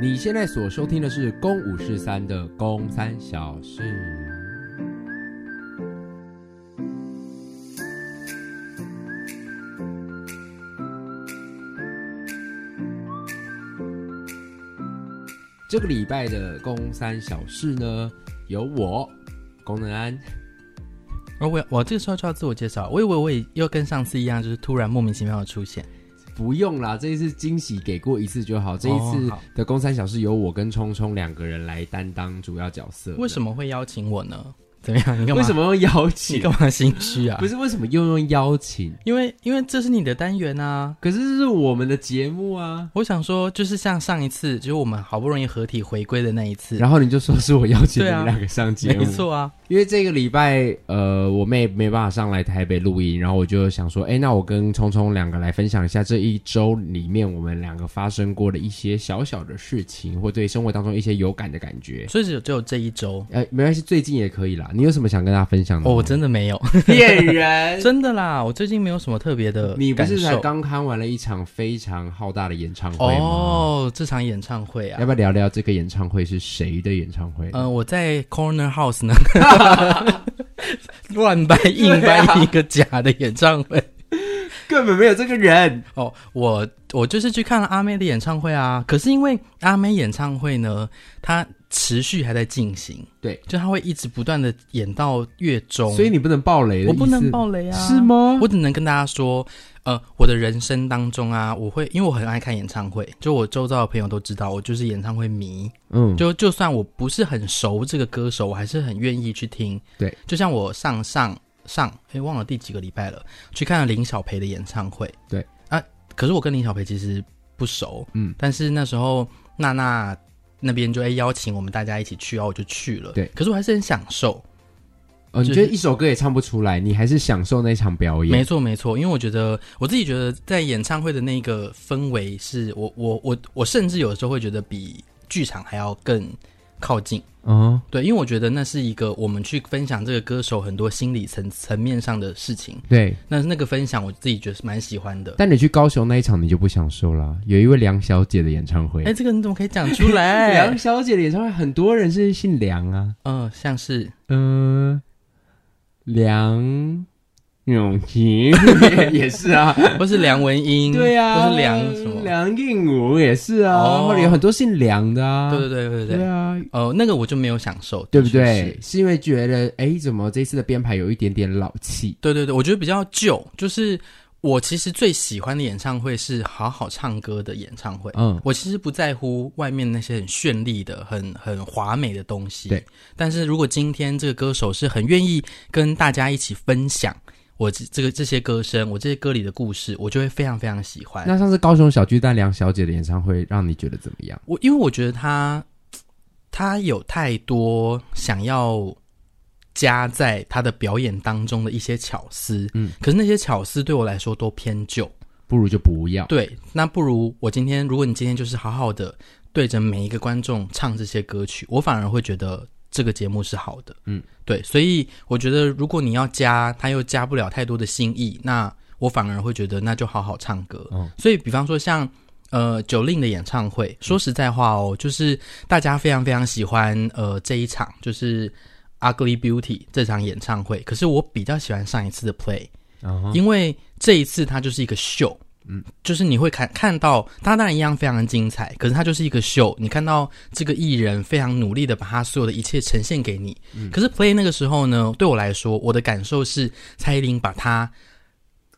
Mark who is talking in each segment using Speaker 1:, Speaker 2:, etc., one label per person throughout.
Speaker 1: 你现在所收听的是《公五十三》的《公三小事》。这个礼拜的《公三小事》呢，有我龚能安，
Speaker 2: 哦，我我这个时候就要自我介绍，我以为我也又跟上次一样，就是突然莫名其妙的出现。
Speaker 1: 不用啦，这一次惊喜给过一次就好。这一次
Speaker 2: 哦好
Speaker 1: 的《公三小事》由我跟聪聪两个人来担当主要角色。
Speaker 2: 为什么会邀请我呢？怎么样？你干嘛？
Speaker 1: 为什
Speaker 2: 么
Speaker 1: 么用邀
Speaker 2: 你
Speaker 1: 请？
Speaker 2: 干嘛心虚啊？
Speaker 1: 不，是为什么又用邀请？
Speaker 2: 因为因为这是你的单元啊。
Speaker 1: 可是这是我们的节目啊。
Speaker 2: 我想说，就是像上一次，就是我们好不容易合体回归的那一次，
Speaker 1: 然后你就说是我邀请你
Speaker 2: 对啊
Speaker 1: 们两个上节目，
Speaker 2: 没，错啊，
Speaker 1: 因为这个礼拜呃我妹没办法上来台北录音，然后我就想说，哎，那我跟聪聪两个来分享一下这一周里面我们两个发生过的一些小小的事情，或对生活当中一些有感的感觉。
Speaker 2: 所以只有只有这一周。
Speaker 1: 呃，没关系，最近也可以啦。你有什么想跟大家分享的吗？
Speaker 2: 哦，我真的没有，
Speaker 1: 骗人！
Speaker 2: 真的啦，我最近没有什么特别的
Speaker 1: 你不
Speaker 2: 感
Speaker 1: 是才
Speaker 2: 受。
Speaker 1: 刚看完了一场非常浩大的演唱会吗？
Speaker 2: 哦，这场演唱会啊
Speaker 1: 要，不要聊聊这个演唱会是谁的演唱会？
Speaker 2: 嗯、我在 Corner House 呢， 乱掰硬掰一个假的演唱会。
Speaker 1: 根本没有这个人。
Speaker 2: 哦，我我就是去看了阿妹的演唱会啊，可是因为阿妹演唱会呢，它持续还在进行，
Speaker 1: 对，
Speaker 2: 就它会一直不断的演到月中，
Speaker 1: 所以你不能爆雷的
Speaker 2: 我
Speaker 1: 意思
Speaker 2: 不能爆雷啊，
Speaker 1: 是？吗？
Speaker 2: 我只能跟大家说，呃，我的人生当中啊，我会因为我很爱看演唱会，就我周遭的朋友都知道，我就是演唱会迷，
Speaker 1: 嗯，
Speaker 2: 就就算我不是很熟这个歌手，我还是很愿意去听。
Speaker 1: 对，
Speaker 2: 就像我上上上，哎，忘了第几个礼拜了，去看了林小培的演唱会。
Speaker 1: 对
Speaker 2: 啊，可是我跟林小培其实不熟，
Speaker 1: 嗯，
Speaker 2: 但是那时候娜娜那边就哎邀请我们大家一起去啊，我就去了。
Speaker 1: 对
Speaker 2: 可是我还是很享受。
Speaker 1: 哦，你
Speaker 2: 就是
Speaker 1: 觉得一首歌也唱不出来，你还是享受那场表演？
Speaker 2: 没错没错，因为我觉得我自己觉得在演唱会的那个氛围是，我我我我甚至有时候会觉得比剧场还要更靠近。
Speaker 1: 哦，
Speaker 2: 对，因为我觉得那是一个我们去分享这个歌手很多心理层层面上的事情。
Speaker 1: 对。
Speaker 2: 那那个分享，我自己觉得是蛮喜欢的。
Speaker 1: 但你去高雄那一场，你就不享受啦。有一位梁小姐的演唱会，
Speaker 2: 哎，这个你怎么可以讲出来
Speaker 1: 梁？小姐的演唱会，很多人是姓梁啊，
Speaker 2: 嗯、像是
Speaker 1: 嗯、梁永 琪也也是啊，
Speaker 2: 或是梁文音，
Speaker 1: 对啊，
Speaker 2: 或是梁什么，
Speaker 1: 梁静茹也是啊，
Speaker 2: 哦
Speaker 1: 或者有很多姓梁的啊，
Speaker 2: 对对对对对
Speaker 1: 对
Speaker 2: 对，
Speaker 1: 啊，
Speaker 2: 哦、那个我就没有享受，
Speaker 1: 对不对
Speaker 2: 是？？
Speaker 1: 是因为觉得，哎，怎么这次的编排有一点点老气？
Speaker 2: 对对对，我觉得比较旧，就是我其实最喜欢的演唱会是好好唱歌的演唱会。
Speaker 1: 嗯，
Speaker 2: 我其实不在乎外面那些很绚丽的、很很华美的东西。
Speaker 1: 对，
Speaker 2: 但是如果今天这个歌手是很愿意跟大家一起分享我这这个这些歌声、我这些歌里的故事，我就会非常非常喜欢。
Speaker 1: 那上次高雄小巨蛋梁小姐的演唱会，让你觉得怎么样？
Speaker 2: 我因为我觉得他他有太多想要加在他的表演当中的一些巧思，
Speaker 1: 嗯，
Speaker 2: 可是那些巧思对我来说都偏旧。
Speaker 1: 不如就不要。
Speaker 2: 对，那不如我今天，如果你今天就是好好的对着每一个观众唱这些歌曲，我反而会觉得这个节目是好的。
Speaker 1: 嗯，
Speaker 2: 对，所以我觉得如果你要加，他又加不了太多的新意，那我反而会觉得那就好好唱歌。
Speaker 1: 嗯
Speaker 2: 所以，比方说像。呃，九令的演唱会，说实在话哦，就是大家非常非常喜欢呃这一场，就是《Ugly Beauty》这场演唱会。可是我比较喜欢上一次的 Play，
Speaker 1: 嗯哼
Speaker 2: 因为这一次它就是一个秀，嗯，就是你会看看到，它当然一样非常的精彩，可是它就是一个秀，你看到这个艺人非常努力的把他所有的一切呈现给你。可是 play 那个时候呢，对我来说，我的感受是蔡依林把她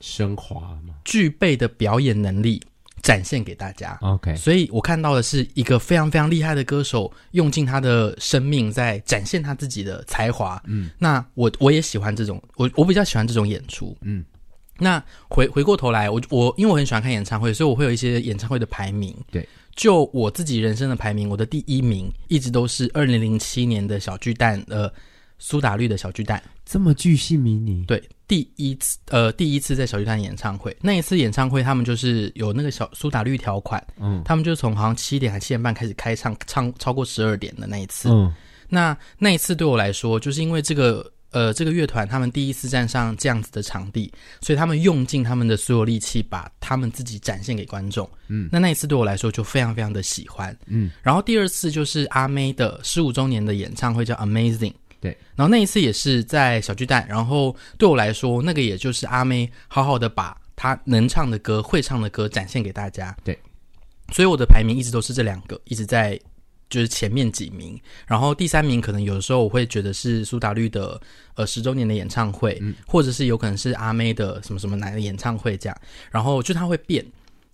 Speaker 1: 升华嘛。
Speaker 2: 具备的表演能力展现给大家。
Speaker 1: OK，
Speaker 2: 所以我看到的是一个非常非常厉害的歌手，用尽他的生命在展现他自己的才华。嗯，那我我也喜欢这种，我我比较喜欢这种演出。
Speaker 1: 嗯，
Speaker 2: 那回回过头来，我我因为我很喜欢看演唱会，所以我会有一些演唱会的排名。
Speaker 1: 对，
Speaker 2: 就我自己人生的排名，我的第一名一直都是二零零七年的小巨蛋，呃，苏打绿的小巨蛋。
Speaker 1: 这么巨细迷你，
Speaker 2: 对，第一次呃第一次在小巨蛋演唱会，那一次演唱会他们就是有那个小苏打绿条款，
Speaker 1: 嗯
Speaker 2: 他们就从好像七点还七点半开始开唱，唱超过十二点的那一次。
Speaker 1: 嗯
Speaker 2: 那那一次对我来说，就是因为这个呃，这个乐团他们第一次站上这样子的场地，所以他们用尽他们的所有力气，把他们自己展现给观众。嗯，那那一次对我来说就非常非常的喜欢。嗯，然后第二次就是阿妹的十五周年的演唱会叫 Amazing。
Speaker 1: 对，
Speaker 2: 然后那一次也是在小巨蛋，然后对我来说，那个也就是阿妹好好的把她能唱的歌、会唱的歌展现给大家。
Speaker 1: 对，
Speaker 2: 所以我的排名一直都是这两个，一直在就是前面几名，然后第三名可能有时候我会觉得是苏打绿的呃十周年的演唱会，或者是有可能是阿妹的什么什么哪个演唱会这样，然后就它会变，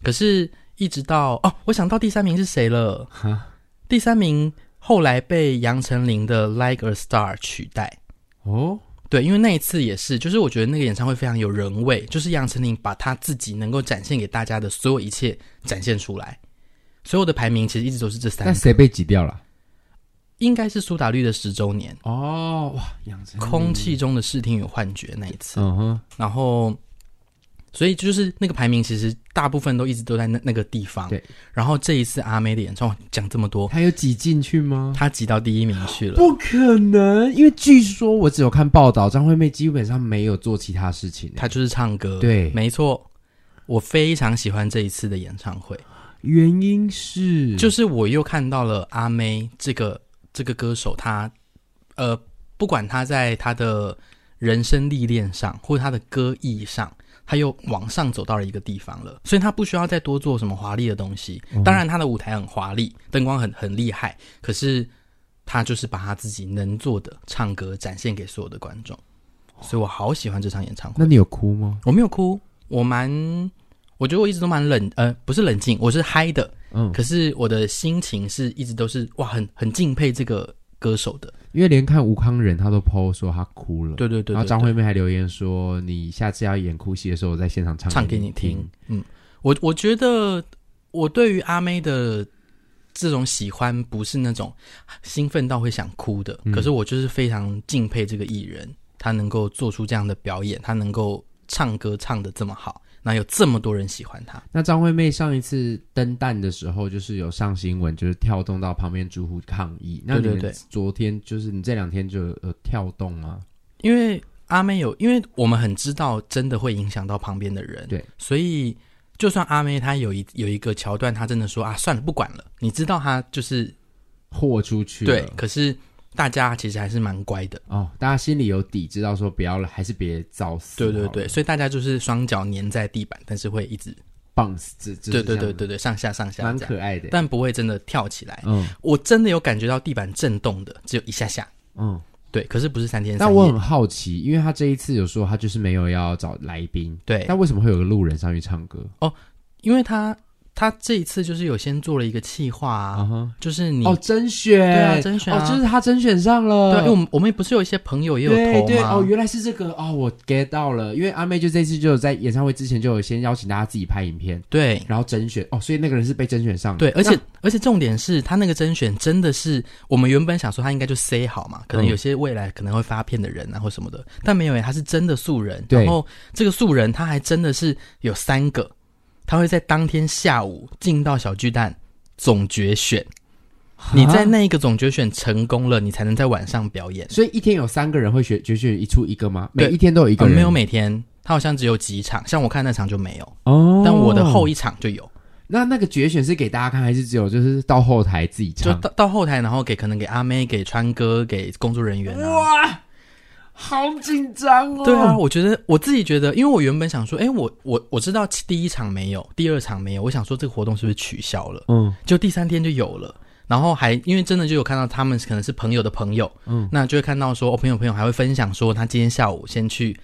Speaker 2: 可是一直到哦，我想到第三名是谁了，
Speaker 1: 哈
Speaker 2: 第三名后来被杨丞琳的《Like a Star》取代。
Speaker 1: 哦，
Speaker 2: 对，因为那一次也是，就是我觉得那个演唱会非常有人味，就是杨丞琳把她自己能够展现给大家的所有一切展现出来。所有的排名其实一直都是这三
Speaker 1: 那
Speaker 2: 个，
Speaker 1: 谁被挤掉了？
Speaker 2: 应该是苏打绿的十周年，
Speaker 1: 哦，哇，养成
Speaker 2: 空气中的视听与幻觉那一次，
Speaker 1: 嗯哼，
Speaker 2: 然后，所以就是那个排名其实大部分都一直都在那那个地方。
Speaker 1: 对，
Speaker 2: 然后这一次阿妹的演唱会讲这么多，
Speaker 1: 哦他有挤进去吗？
Speaker 2: 她挤到第一名去了。
Speaker 1: 不可能，因为据说我只有看报道，张惠妹基本上没有做其他事情。
Speaker 2: 她就是唱歌，
Speaker 1: 对
Speaker 2: 没错。我非常喜欢这一次的演唱会，
Speaker 1: 原因是
Speaker 2: 就是我又看到了阿妹这个这个歌手她，呃，不管她在她的人生历练上，或者她的歌艺上，她又往上走到了一个地方了，所以她不需要再多做什么华丽的东西。
Speaker 1: 嗯
Speaker 2: 当然，她的舞台很华丽，灯光很很厉害，可是她就是把她自己能做的唱歌展现给所有的观众，所以我好喜欢这场演唱会。
Speaker 1: 那你有哭吗？
Speaker 2: 我没有哭，我蛮，我觉得我一直都蛮冷，呃，不是冷静，我是嗨的。
Speaker 1: 嗯，
Speaker 2: 可是我的心情是一直都是哇，很很敬佩这个歌手的。
Speaker 1: 因为连看吴康仁他都 PO 说他哭了，
Speaker 2: 对对对
Speaker 1: 然后
Speaker 2: 对
Speaker 1: 张
Speaker 2: 对
Speaker 1: 惠妹还留言说，你下次要演哭戏的时候，我在现场唱
Speaker 2: 唱
Speaker 1: 给
Speaker 2: 给你听
Speaker 1: 听。。
Speaker 2: 嗯，我我觉得我对于阿妹的这种喜欢，不是那种兴奋到会想哭的，
Speaker 1: 嗯
Speaker 2: 可是我就是非常敬佩这个艺人，他能够做出这样的表演，他能够唱歌唱的这么好，那有这么多人喜欢他。
Speaker 1: 那张惠妹上一次登蛋的时候，就是有上新闻，就是跳动到旁边住户抗议。那你
Speaker 2: 对对
Speaker 1: 们
Speaker 2: 对
Speaker 1: 昨天就是你这两天就有有跳动吗？
Speaker 2: 因为阿妹有，因为我们很知道真的会影响到旁边的人，
Speaker 1: 对，
Speaker 2: 所以就算阿妹她有一有一个桥段，她真的说啊，算了，不管了，你知道她就是
Speaker 1: 豁出去了
Speaker 2: 对，可是大家其实还是蛮乖的，
Speaker 1: 哦，大家心里有底，知道说不要了，还是别造死。哦
Speaker 2: 对对对，，所以大家就是双脚粘在地板，但是会一直
Speaker 1: 棒死这这
Speaker 2: 对对对对对上下上下
Speaker 1: 蛮
Speaker 2: 这样，
Speaker 1: 可爱的。
Speaker 2: 但不会真的跳起来。
Speaker 1: 嗯
Speaker 2: 我真的有感觉到地板震动的，只有一下下，
Speaker 1: 嗯，
Speaker 2: 对，可是不是三天三
Speaker 1: 但
Speaker 2: 夜，
Speaker 1: 我很好奇，因为他这一次有说他就是没有要找来宾，
Speaker 2: 对，
Speaker 1: 那为什么会有个路人上去唱歌？
Speaker 2: 因为她她这一次就是有先做了一个企划
Speaker 1: 啊
Speaker 2: 啊，
Speaker 1: 哈，
Speaker 2: 就是你
Speaker 1: 哦，甄选，
Speaker 2: 对啊甄选啊
Speaker 1: 哦，就是他甄选上了，
Speaker 2: 对啊，因为我们我们不是有一些朋友也有
Speaker 1: 对
Speaker 2: 投
Speaker 1: 对
Speaker 2: 吗？
Speaker 1: 哦，原来是这个哦，我 get 到了，因为阿妹就这次就有在演唱会之前就有先邀请大家自己拍影片，
Speaker 2: 对
Speaker 1: 然后甄选哦，所以那个人是被甄选上的，
Speaker 2: 对而且
Speaker 1: 那
Speaker 2: 而且重点是他那个甄选真的是我们原本想说他应该就 say 好嘛，可能
Speaker 1: 嗯
Speaker 2: 有些未来可能会发片的人啊或什么的，但没有耶，他是真的素人。
Speaker 1: 对
Speaker 2: 然后这个素人他还真的是有三个，他会在当天下午进到小巨蛋总决选。你在
Speaker 1: 哈
Speaker 2: 那一个总决选成功了，你才能在晚上表演。
Speaker 1: 所以一天有三个人会选决选一出一个吗？每
Speaker 2: 对
Speaker 1: 一天都有一
Speaker 2: 我
Speaker 1: 个人，
Speaker 2: 哦没有每天，他好像只有几场，像我看那场就没有，
Speaker 1: 哦，
Speaker 2: 但我的后一场就有。
Speaker 1: 那那个决选是给大家看，还是只有就是到后台自己
Speaker 2: 就
Speaker 1: 唱？
Speaker 2: 到到后台，然后给可能给阿妹、给川哥、给工作人员啊。
Speaker 1: 哇，好紧张哦！
Speaker 2: 对啊，，我觉得我自己觉得，因为我原本想说，哎，我我我知道第一场没有，第二场没有，我想说这个活动是不是取消了？
Speaker 1: 嗯，
Speaker 2: 就第三天就有了，然后还因为真的就有看到他们可能是朋友的朋友，
Speaker 1: 嗯
Speaker 2: 嗯，那就会看到说，哦，朋友朋友还会分享说，他今天下午先去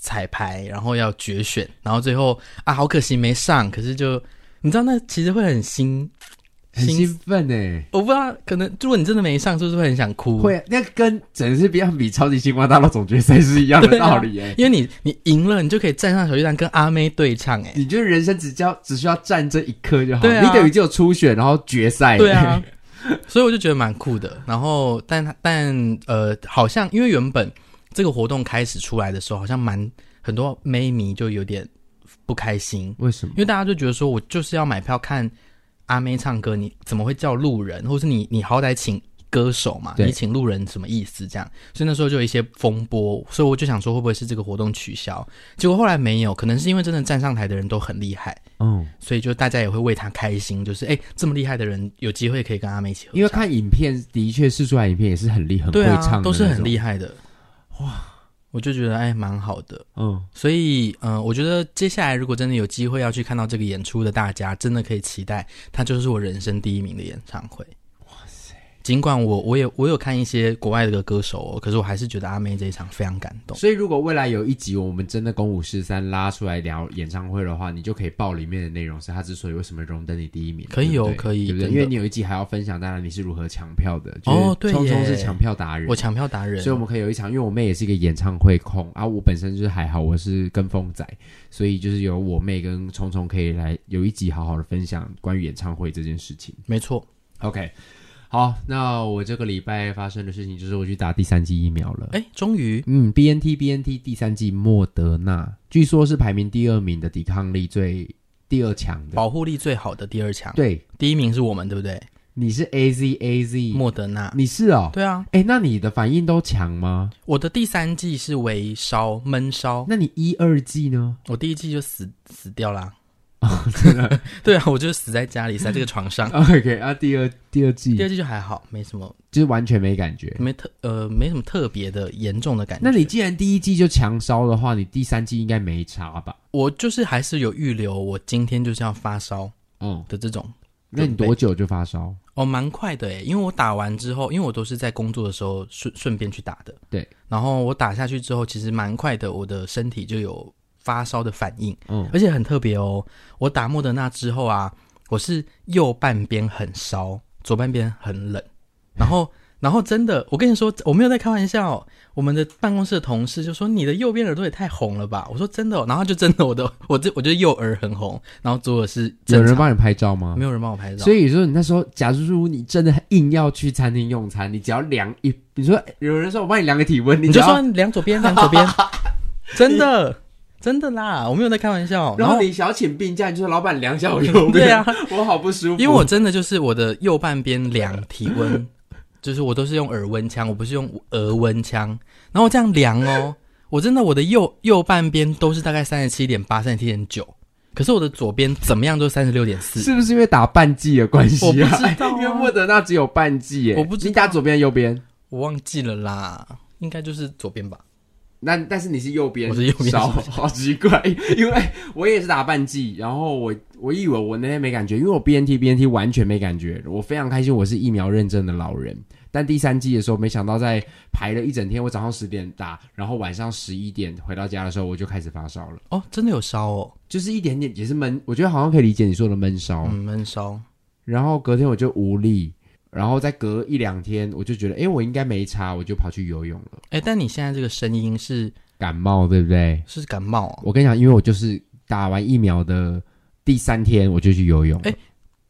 Speaker 2: 彩排，然后要决选，然后最后啊，好可惜没上，可是就你知道那其实会很心，
Speaker 1: 很
Speaker 2: 心
Speaker 1: 兴奋哎，
Speaker 2: 我不知道，可能如果你真的没上，是不是会很想哭？
Speaker 1: 会那跟整是比较比超级星光大道总决赛是一样的
Speaker 2: 对啊
Speaker 1: 道理哎。
Speaker 2: 因为你你赢了，你就可以站上小巨蛋跟阿妹对唱、欸，
Speaker 1: 你就是人生只交只需要站这一刻就好，
Speaker 2: 对啊
Speaker 1: 你等于只有初选，然后决赛。
Speaker 2: 对啊， 所以我就觉得蛮酷的。然后，但但呃，好像因为原本这个活动开始出来的时候，好像蛮很多妹迷就有点不开心，
Speaker 1: 为什么
Speaker 2: 因？为大家就觉得说我就是要买票看阿妹唱歌，你怎么会叫路人，或是你你好歹请歌手嘛，
Speaker 1: 对
Speaker 2: 你请路人什么意思？这样，所以那时候就有一些风波，所以我就想说会不会是这个活动取消？结果后来没有，可能是因为真的站上台的人都很厉害，
Speaker 1: 嗯，
Speaker 2: 所以就大家也会为他开心，就是哎、这么厉害的人有机会可以跟他们一起合唱，
Speaker 1: 因为看影片的确试出来，影片也是很厉很会
Speaker 2: 对
Speaker 1: 唱
Speaker 2: 啊，
Speaker 1: 的，
Speaker 2: 都是很厉
Speaker 1: 害。
Speaker 2: 害的，哇，我就觉得哎蛮好的。
Speaker 1: 嗯，
Speaker 2: 所以，嗯、我觉得接下来如果真的有机会要去看到这个演出的大家，真的可以期待，它就是我人生第一名的演唱会。哇塞！尽管我我也我有看一些国外的歌手、哦，可是我还是觉得阿妹这一场非常感动。
Speaker 1: 所以如果未来有一集我们真的公五十三拉出来聊演唱会的话，你就可以报里面的内容是他之所以为什么荣登你第一名，
Speaker 2: 可以哦
Speaker 1: 对不对
Speaker 2: 可以
Speaker 1: 对不对？
Speaker 2: 真的
Speaker 1: 因为你有一集还要分享，当然你是如何抢票的。
Speaker 2: 哦
Speaker 1: 就是
Speaker 2: 对
Speaker 1: 聪
Speaker 2: 耶
Speaker 1: 聪是抢票达人
Speaker 2: 我，抢票达人，
Speaker 1: 所以我们可以有一场，因为我妹也是一个演唱会控啊，我本身就是还好，我是跟风仔，所以就是有我妹跟聪聪可以来有一集好好的分享关于演唱会这件事情。
Speaker 2: 没错，
Speaker 1: OK，好，那我这个礼拜发生的事情就是我去打第三剂疫苗了。
Speaker 2: 哎，终于
Speaker 1: 嗯，BNT BNT 第三剂莫德纳，据说是排名第二名的抵抗力最第二强的。
Speaker 2: 保护力最好的第二强，
Speaker 1: 对，
Speaker 2: 第一名是我们，对不对？
Speaker 1: 你是 AZ AZ，
Speaker 2: 莫德纳。
Speaker 1: 你是哦。
Speaker 2: 对啊，
Speaker 1: 哎，那你的反应都强吗？
Speaker 2: 我的第三季是微烧闷烧，
Speaker 1: 那你一二剂呢？
Speaker 2: 我第一季就死死掉啦。哦，真的？ 对啊，我就死在家里，死在这个 床 上。
Speaker 1: OK 啊，第二第二季
Speaker 2: 第二季就还好，没什么，
Speaker 1: 就是完全没感觉。
Speaker 2: 没特呃，没什么特别的严重的感觉。
Speaker 1: 那你既然第一季就强烧的话，你第三季应该没差吧？
Speaker 2: 我就是还是有预留，我今天就是要发烧
Speaker 1: 嗯，
Speaker 2: 的这种。
Speaker 1: 那你多久就发烧？
Speaker 2: 哦，蛮快的诶，因为我打完之后，因为我都是在工作的时候顺顺便去打的。
Speaker 1: 对，
Speaker 2: 然后我打下去之后，其实蛮快的，我的身体就有发烧的反应，
Speaker 1: 嗯，
Speaker 2: 而且很特别哦。我打莫德纳之后啊，我是右半边很烧，左半边很冷，然后。 然后真的，我跟你说，我没有在开玩笑、我们的办公室的同事就说：“你的右边耳朵也太红了吧？”我说：“真的、哦。”然后就真的，我的 我这我就右耳很红，然后左耳是
Speaker 1: 有
Speaker 2: 正
Speaker 1: 人
Speaker 2: 常，
Speaker 1: 帮你拍照吗？
Speaker 2: 没有人帮我哦拍照。
Speaker 1: 所以说，你那时候，假如说你真的硬要去餐厅用餐，你只要量一，你说有人说我帮你量个体温，
Speaker 2: 你
Speaker 1: 只
Speaker 2: 就
Speaker 1: 要
Speaker 2: 说量左边，量 左边，真的真的啦，我没有在开玩笑。
Speaker 1: 然
Speaker 2: 然
Speaker 1: 后你想要请病假，你就说老板量一下我右边，
Speaker 2: 对啊，
Speaker 1: 我好不舒服，
Speaker 2: 因为我真的就是我的右半边量体温， 就是我都是用耳温枪，我不是用额温枪。然后我这样量哦，我真的我的右右半边都是大概三十七点八、三十七点九，可是我的左边怎么样都三十六点四。
Speaker 1: 是啊不是因为打半剂的关系
Speaker 2: 我不
Speaker 1: 啊？
Speaker 2: 知 道啊
Speaker 1: 因为莫德纳只有半剂耶，
Speaker 2: 我不知道
Speaker 1: 你打左边右边，
Speaker 2: 我忘记了啦，应该就是左边吧。
Speaker 1: 那但是你是右边，
Speaker 2: 我是右边
Speaker 1: 少好奇怪，因为我也是打半剂，然后我我以为我那天没感觉，因为我 BNT BNT 完全没感觉，我非常开心，我是疫苗认证的老人。但第三季的时候，没想到在排了一整天，我早上十点打，然后晚上十一点回到家的时候，我就开始发烧了，
Speaker 2: 哦，真的有烧哦，
Speaker 1: 就是一点点，也是闷，我觉得好像可以理解你说的闷烧。
Speaker 2: 嗯，闷烧。
Speaker 1: 然后隔天我就无力，然后再隔一两天，我就觉得，诶，我应该没差，我就跑去游泳了。
Speaker 2: 哎，但你现在这个声音是
Speaker 1: 感冒对不对？
Speaker 2: 是感冒、哦？
Speaker 1: 我跟你讲，因为我就是打完疫苗的第三天，我就去游泳了。
Speaker 2: 哎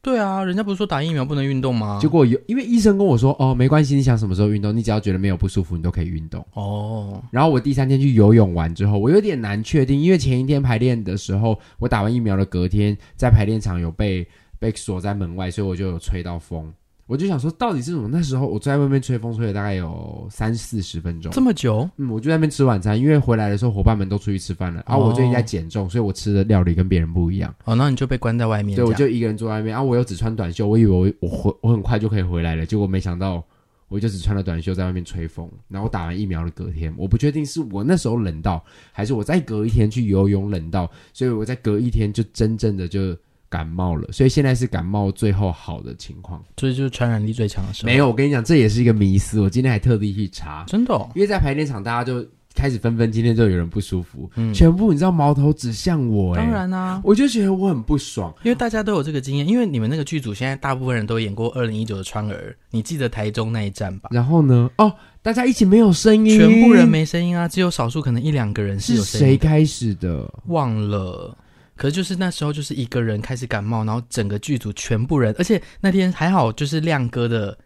Speaker 2: 对啊，人家不是说打疫苗不能运动吗？
Speaker 1: 结果有，因为医生跟我说，哦，没关系，你想什么时候运动，你只要觉得没有不舒服，你都可以运动。
Speaker 2: 哦，
Speaker 1: 然后我第三天去游泳完之后，我有点难确定，因为前一天排练的时候，我打完疫苗的隔天在排练场有被被锁在门外，所以我就有吹到风。我就想说，到底是什么？那时候我在外面吹风，吹了大概有三四十分钟
Speaker 2: 这。么久？
Speaker 1: 嗯，我就在那边吃晚餐，因为回来的时候伙伴们都出去吃饭了，然、啊、后我最近在减重，所以我吃的料理跟别人不一样。
Speaker 2: 哦，那你就被关在外面这
Speaker 1: 对，
Speaker 2: 样。
Speaker 1: 我就一个人坐在外面啊，我又只穿短袖，我以为我我回我很快就可以回来了，结果没想到我就只穿了短袖在外面吹风。然后打完疫苗的隔天，我不确定是我那时候冷到，还是我再隔一天去游泳冷到，所以我再隔一天就真正的就感冒了。所以现在是感冒最后好的情况。
Speaker 2: 所以就是传染力最强的时候。
Speaker 1: 没有，我跟你讲，这也是一个迷思。我今天还特地去查，
Speaker 2: 真的、哦，
Speaker 1: 因为在排练场大家就开始纷纷今天就有人不舒服，
Speaker 2: 嗯
Speaker 1: 全部你知道矛头指向我、欸，
Speaker 2: 当，然啊，
Speaker 1: 我就觉得我很不爽。
Speaker 2: 因为大家都有这个经验。因为你们那个剧组现在大部分人都演过二零一九的川儿，你记得台中那一站吧？
Speaker 1: 然后呢？哦，大家一起没有声音，
Speaker 2: 全部人没声音啊，只有少数可能一两个人
Speaker 1: 嗯是
Speaker 2: 有声
Speaker 1: 谁
Speaker 2: 音的。
Speaker 1: 开始的？
Speaker 2: 忘了。可是就是那时候，就是一个人开始感冒，然后整个剧组全部人，而且那天还好，就是亮哥的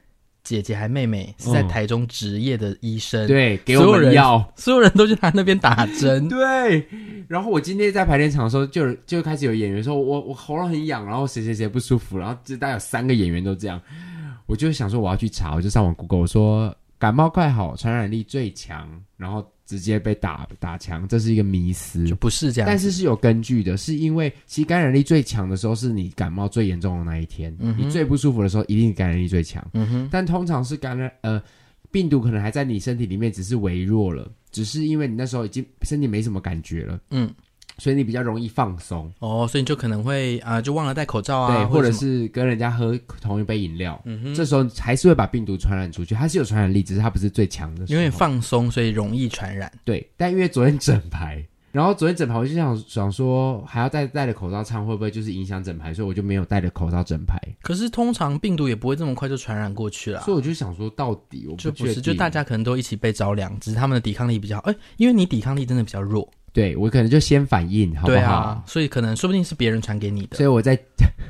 Speaker 2: 姐姐还妹妹是在
Speaker 1: 嗯
Speaker 2: 台中职业的医生，，
Speaker 1: 对，给
Speaker 2: 嗯所
Speaker 1: 我
Speaker 2: 有
Speaker 1: 们
Speaker 2: 人
Speaker 1: 药。
Speaker 2: 所有人都去他那边打 针，
Speaker 1: 对，然后我今天在排练场的时候，就有就开始有演员说我我喉咙很痒，然后谁谁谁不舒服，然后就大概有三个演员都这样，我就想说我要去查，我就上网 Google 我说感冒快好，传染力最强，然后直接被打打强，这是一个迷思
Speaker 2: 就。不是这样子。
Speaker 1: 但是是有根据的，是因为其实感染力最强的时候是你感冒最严重的那一天，
Speaker 2: 嗯哼
Speaker 1: 你最不舒服的时候一定感染力最强。
Speaker 2: 嗯哼，
Speaker 1: 但通常是感染呃病毒可能还在你身体里面，只是微弱了，只是因为你那时候已经身体没什么感觉了，
Speaker 2: 嗯，
Speaker 1: 所以你比较容易放松，
Speaker 2: 哦，所以你就可能会啊、就忘了戴口罩啊，
Speaker 1: 对，或者
Speaker 2: 什么
Speaker 1: 是跟人家喝同一杯饮料，
Speaker 2: 嗯哼，
Speaker 1: 这时候还是会把病毒传染出去，它是有传染力，只是它不是最强的时
Speaker 2: 因
Speaker 1: 候，
Speaker 2: 为放松，所以容易传染。
Speaker 1: 对，但因为昨天整排。然后昨天整排我就想想说，还要戴戴着口罩唱，会不会就是影响整排？所以我就没有戴着口罩整排。
Speaker 2: 可是通常病毒也不会这么快就传染过去啦
Speaker 1: 所。以我就想说，到底我
Speaker 2: 就
Speaker 1: 不
Speaker 2: 不
Speaker 1: 确
Speaker 2: 是，
Speaker 1: 定，
Speaker 2: 就大家可能都一起被着凉，只是他们的抵抗力比较好。哎、因为你抵抗力真的比较弱，
Speaker 1: 对我可能就先反应，好不好？
Speaker 2: 对啊，所以可能说不定是别人传给你的。
Speaker 1: 所以我在，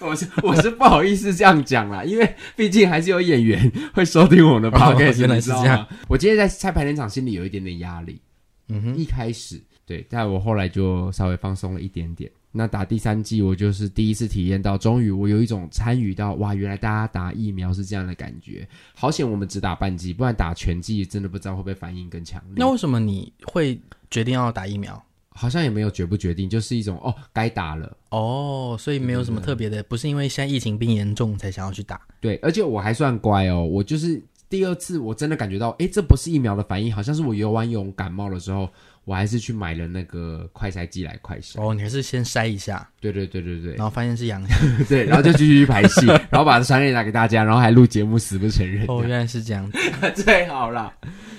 Speaker 1: 我是我是不好意思这样讲啦，因为毕竟还是有演员会收听我们的
Speaker 2: 哦
Speaker 1: podcast，、
Speaker 2: 原来是这样。
Speaker 1: 我今天在拆排练场，心里有一点点压力，
Speaker 2: 嗯哼，
Speaker 1: 一开始对，但我后来就稍微放松了一点点。那打第三季，我就是第一次体验到，终于我有一种参与到哇，原来大家打疫苗是这样的感觉。好险我们只打半季，不然打全季真的不知道会不会反应更强烈。
Speaker 2: 那为什么你会决定要打疫苗？
Speaker 1: 好像也没有决不决定，就是一种哦，该打了。
Speaker 2: 哦，所以没有什么特别的，不是因为现在疫情病严重才想要去打。
Speaker 1: 对，而且我还算乖哦，我就是第二次我真的感觉到，诶，这不是疫苗的反应，好像是我游完泳感冒的时候，我还是去买了那个快筛剂来快筛。
Speaker 2: 哦，你还是先筛一下，
Speaker 1: 对对对对对
Speaker 2: 然后发现是阳性。
Speaker 1: 对，啊然后就继续去排 戏，然后把传染打给大家，然后还录节目死不承认，
Speaker 2: 哦，原来是这样。
Speaker 1: 最好啦。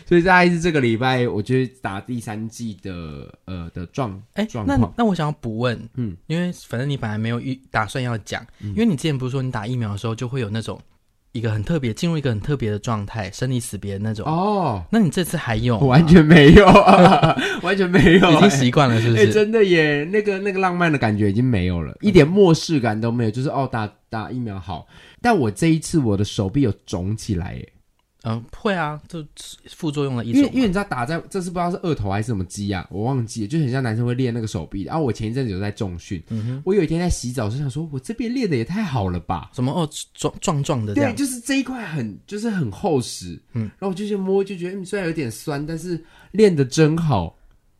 Speaker 1: 所以大概是这个礼拜，我觉得打第三季的呃的状
Speaker 2: 哎，
Speaker 1: 状
Speaker 2: 那
Speaker 1: 况
Speaker 2: 那我想要补问，
Speaker 1: 嗯
Speaker 2: 嗯，因为反正你本来没有预打算要讲，因为你之前不是说你打疫苗的时候就会有那种一个很特别，进入一个很特别的状态，生离死别的那种。
Speaker 1: 哦，
Speaker 2: 那你这次还有
Speaker 1: 我
Speaker 2: 吗？
Speaker 1: 完全没有， 完全没有、
Speaker 2: 哦已经
Speaker 1: 哎
Speaker 2: 习惯了，是不嗯
Speaker 1: 哎、
Speaker 2: 是？
Speaker 1: 真的耶，那个那个浪漫的感觉已经没有了，一点漠视感都没有，就是哦，打打疫苗好。但我这一次我的手臂有肿起来耶，
Speaker 2: 嗯，会啊，就副作用的一
Speaker 1: 因为
Speaker 2: 种
Speaker 1: 因为你知道打在这是不知道是二头还是什么肌啊，我忘记了，就很像男生会练那个手臂。然、啊后我前一阵子有在重训，
Speaker 2: 嗯
Speaker 1: 我有一天在洗澡就想说，我这边练的也太好了吧。
Speaker 2: 什么哦，壮壮壮的这
Speaker 1: 对，
Speaker 2: 样。
Speaker 1: 就是这一块很，就是很厚实，嗯
Speaker 2: 嗯，
Speaker 1: 然后我就去摸，就觉得嗯，虽然有点酸，但是练的真好。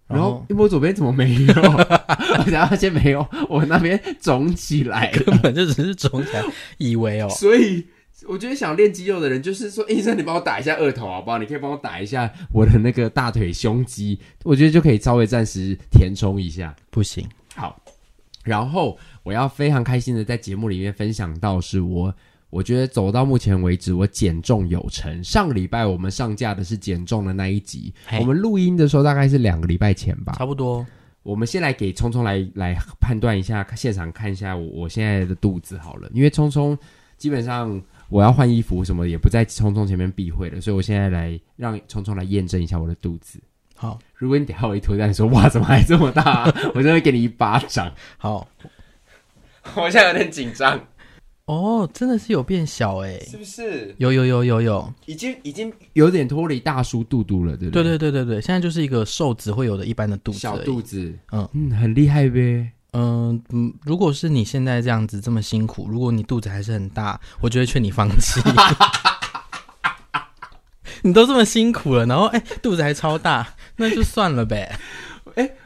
Speaker 1: 然
Speaker 2: 然后
Speaker 1: 后一摸左边怎么没有， 然后发现没有，我那边肿起 来了。
Speaker 2: 根本就只是肿起来，以为哦，
Speaker 1: 所以我觉得想练肌肉的人，就是说，医生，你帮我打一下二头好不好？你可以帮我打一下我的那个大腿、胸肌，我觉得就可以稍微暂时填充一下。
Speaker 2: 不行，
Speaker 1: 好，然后我要非常开心的在节目里面分享到，是我我觉得走到目前为止，我减重有成。上个礼拜我们上架的是减重的那一集，
Speaker 2: 嘿
Speaker 1: 我们录音的时候大概是两个礼拜前吧。
Speaker 2: 差不多。
Speaker 1: 我们先来给聪聪来来判断一下，现场看一下我我现在的肚子好了，因为聪聪基本上我要换衣服什么也不在聪聪前面避讳了，所以我现在来让聪聪来验证一下我的肚子。
Speaker 2: 好
Speaker 1: 如果你等一下我一脱掉，你说哇怎么还这么大、我真的会给你一巴掌。
Speaker 2: 好
Speaker 1: 我现在有点紧张，
Speaker 2: 哦，真的是有变小哎、
Speaker 1: 是不是？
Speaker 2: 有有有有有，
Speaker 1: 已经已经有点脱离大叔肚肚了，对不
Speaker 2: 对
Speaker 1: 对？
Speaker 2: 对对对对，现在就是一个瘦子会有的一般的肚子
Speaker 1: 小
Speaker 2: 而已。
Speaker 1: 肚子，嗯
Speaker 2: 嗯
Speaker 1: 嗯，很厉害呗。
Speaker 2: 嗯嗯，如果是你现在这样子这么辛苦，如果你肚子还是很大，我就会劝你放弃。 你都这么辛苦了，然后哎、肚子还超大，那就算了呗。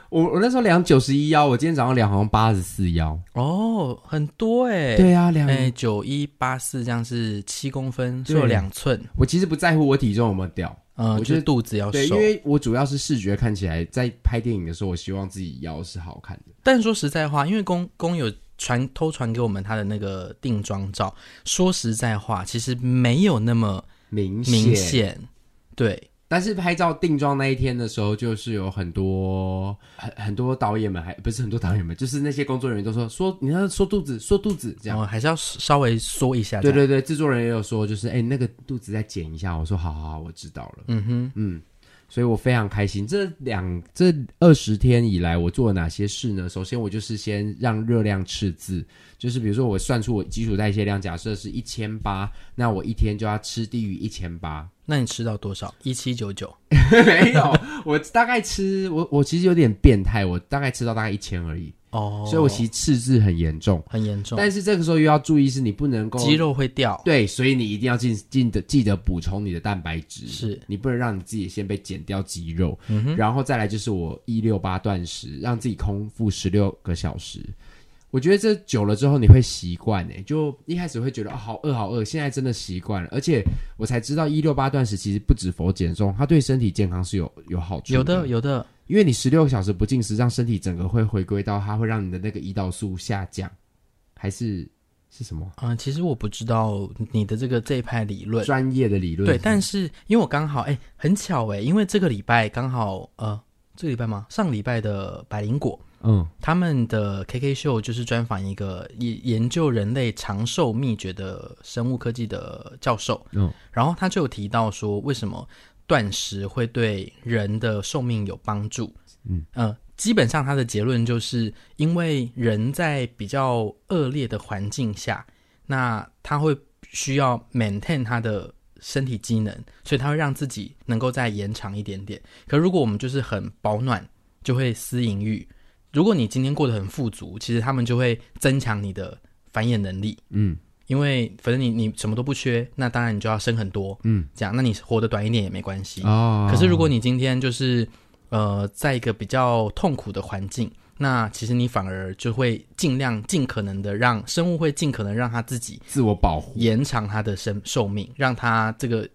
Speaker 1: 我我那时候量九十一腰，我今天早上量好像八十四腰。
Speaker 2: 哦，很多哎、
Speaker 1: 对啊，量
Speaker 2: 哎，九一八四这样是七公分，
Speaker 1: 对
Speaker 2: 是有两寸，
Speaker 1: 我其实不在乎我体重有没有掉，
Speaker 2: 嗯、
Speaker 1: 我
Speaker 2: 就
Speaker 1: 觉得
Speaker 2: 是肚子要
Speaker 1: 对，因
Speaker 2: 瘦。
Speaker 1: 为我主要是视觉看起来，在拍电影的时候，我希望自己腰是好看的。
Speaker 2: 但说实在话，因为公公有传偷传给我们他的那个定妆照，说实在话，其实没有那么
Speaker 1: 明显，
Speaker 2: 明显。对，
Speaker 1: 但是拍照定妆那一天的时候，就是有很多很很多导演们还不是很多导演们，就是那些工作人员都说说你要说肚子，说肚子这样。
Speaker 2: 然后还是要稍微缩一下。
Speaker 1: 对，对对，制作人也有说，就是哎、那个肚子再减一下。我说好好好，我知道了。
Speaker 2: 嗯哼，
Speaker 1: 嗯，所以我非常开心。这两这二十天以来，我做了哪些事呢？首先，我就是先让热量赤字，就是比如说我算出我基础代谢量，假设是一千八，那我一天就要吃低于一千八。
Speaker 2: 那你吃到多少？一七九九。
Speaker 1: 没有，我大概吃我我其实有点变态，我大概吃到大概一千而已。
Speaker 2: 哦，
Speaker 1: 所以我其实赤字很严重。
Speaker 2: 很严重，
Speaker 1: 但是这个时候又要注意，是你不能够
Speaker 2: 肌肉会掉，
Speaker 1: 对，所以你一定要记记得记得补充你的蛋白质，
Speaker 2: 是嗯
Speaker 1: 你不能让你自己先被减掉肌肉，然后再来就是我一六八断食，让自己空腹十六个小时。我觉得这久了之后你会习惯诶，就一开始会觉得、哦、好饿好饿，现在真的习惯了，而且我才知道一六八断食其实不止否减重，它对身体健康是有有好处
Speaker 2: 有的有的，
Speaker 1: 因为你十六小时不进食，让身体整个会回归到它会让你的那个胰岛素下降，还是是什么
Speaker 2: 嗯、其实我不知道你的这个这一派理论，
Speaker 1: 专业的理论？
Speaker 2: 对，但是因为我刚好哎、很巧哎、因为这个礼拜刚好呃，这个礼拜吗？上礼拜的百灵果
Speaker 1: 嗯
Speaker 2: 他们的 KK 秀就是专访一个研研究人类长寿秘诀的生物科技的教授，
Speaker 1: 嗯，
Speaker 2: 然后他就有提到说，为什么断食会对人的寿命有帮助？
Speaker 1: 嗯
Speaker 2: 呃，基本上他的结论就是因为人在比较恶劣的环境下，那他会需要 maintain 他的身体机能，所以他会让自己能够再延长一点点。可如果我们就是很保暖，就会私淫欲。如果你今天过得很富足，其实他们就会增强你的繁衍能力。
Speaker 1: 嗯，
Speaker 2: 因为反正你你什么都不缺，那当然你就要生很多，
Speaker 1: 嗯，
Speaker 2: 这样那你活得短一点也没关系。
Speaker 1: 哦
Speaker 2: 可是如果你今天就是呃，在一个比较痛苦的环境，那其实你反而就会尽量尽可能的让生物会尽可能让它自己
Speaker 1: 自我保护，
Speaker 2: 延长它的生寿命，让它这个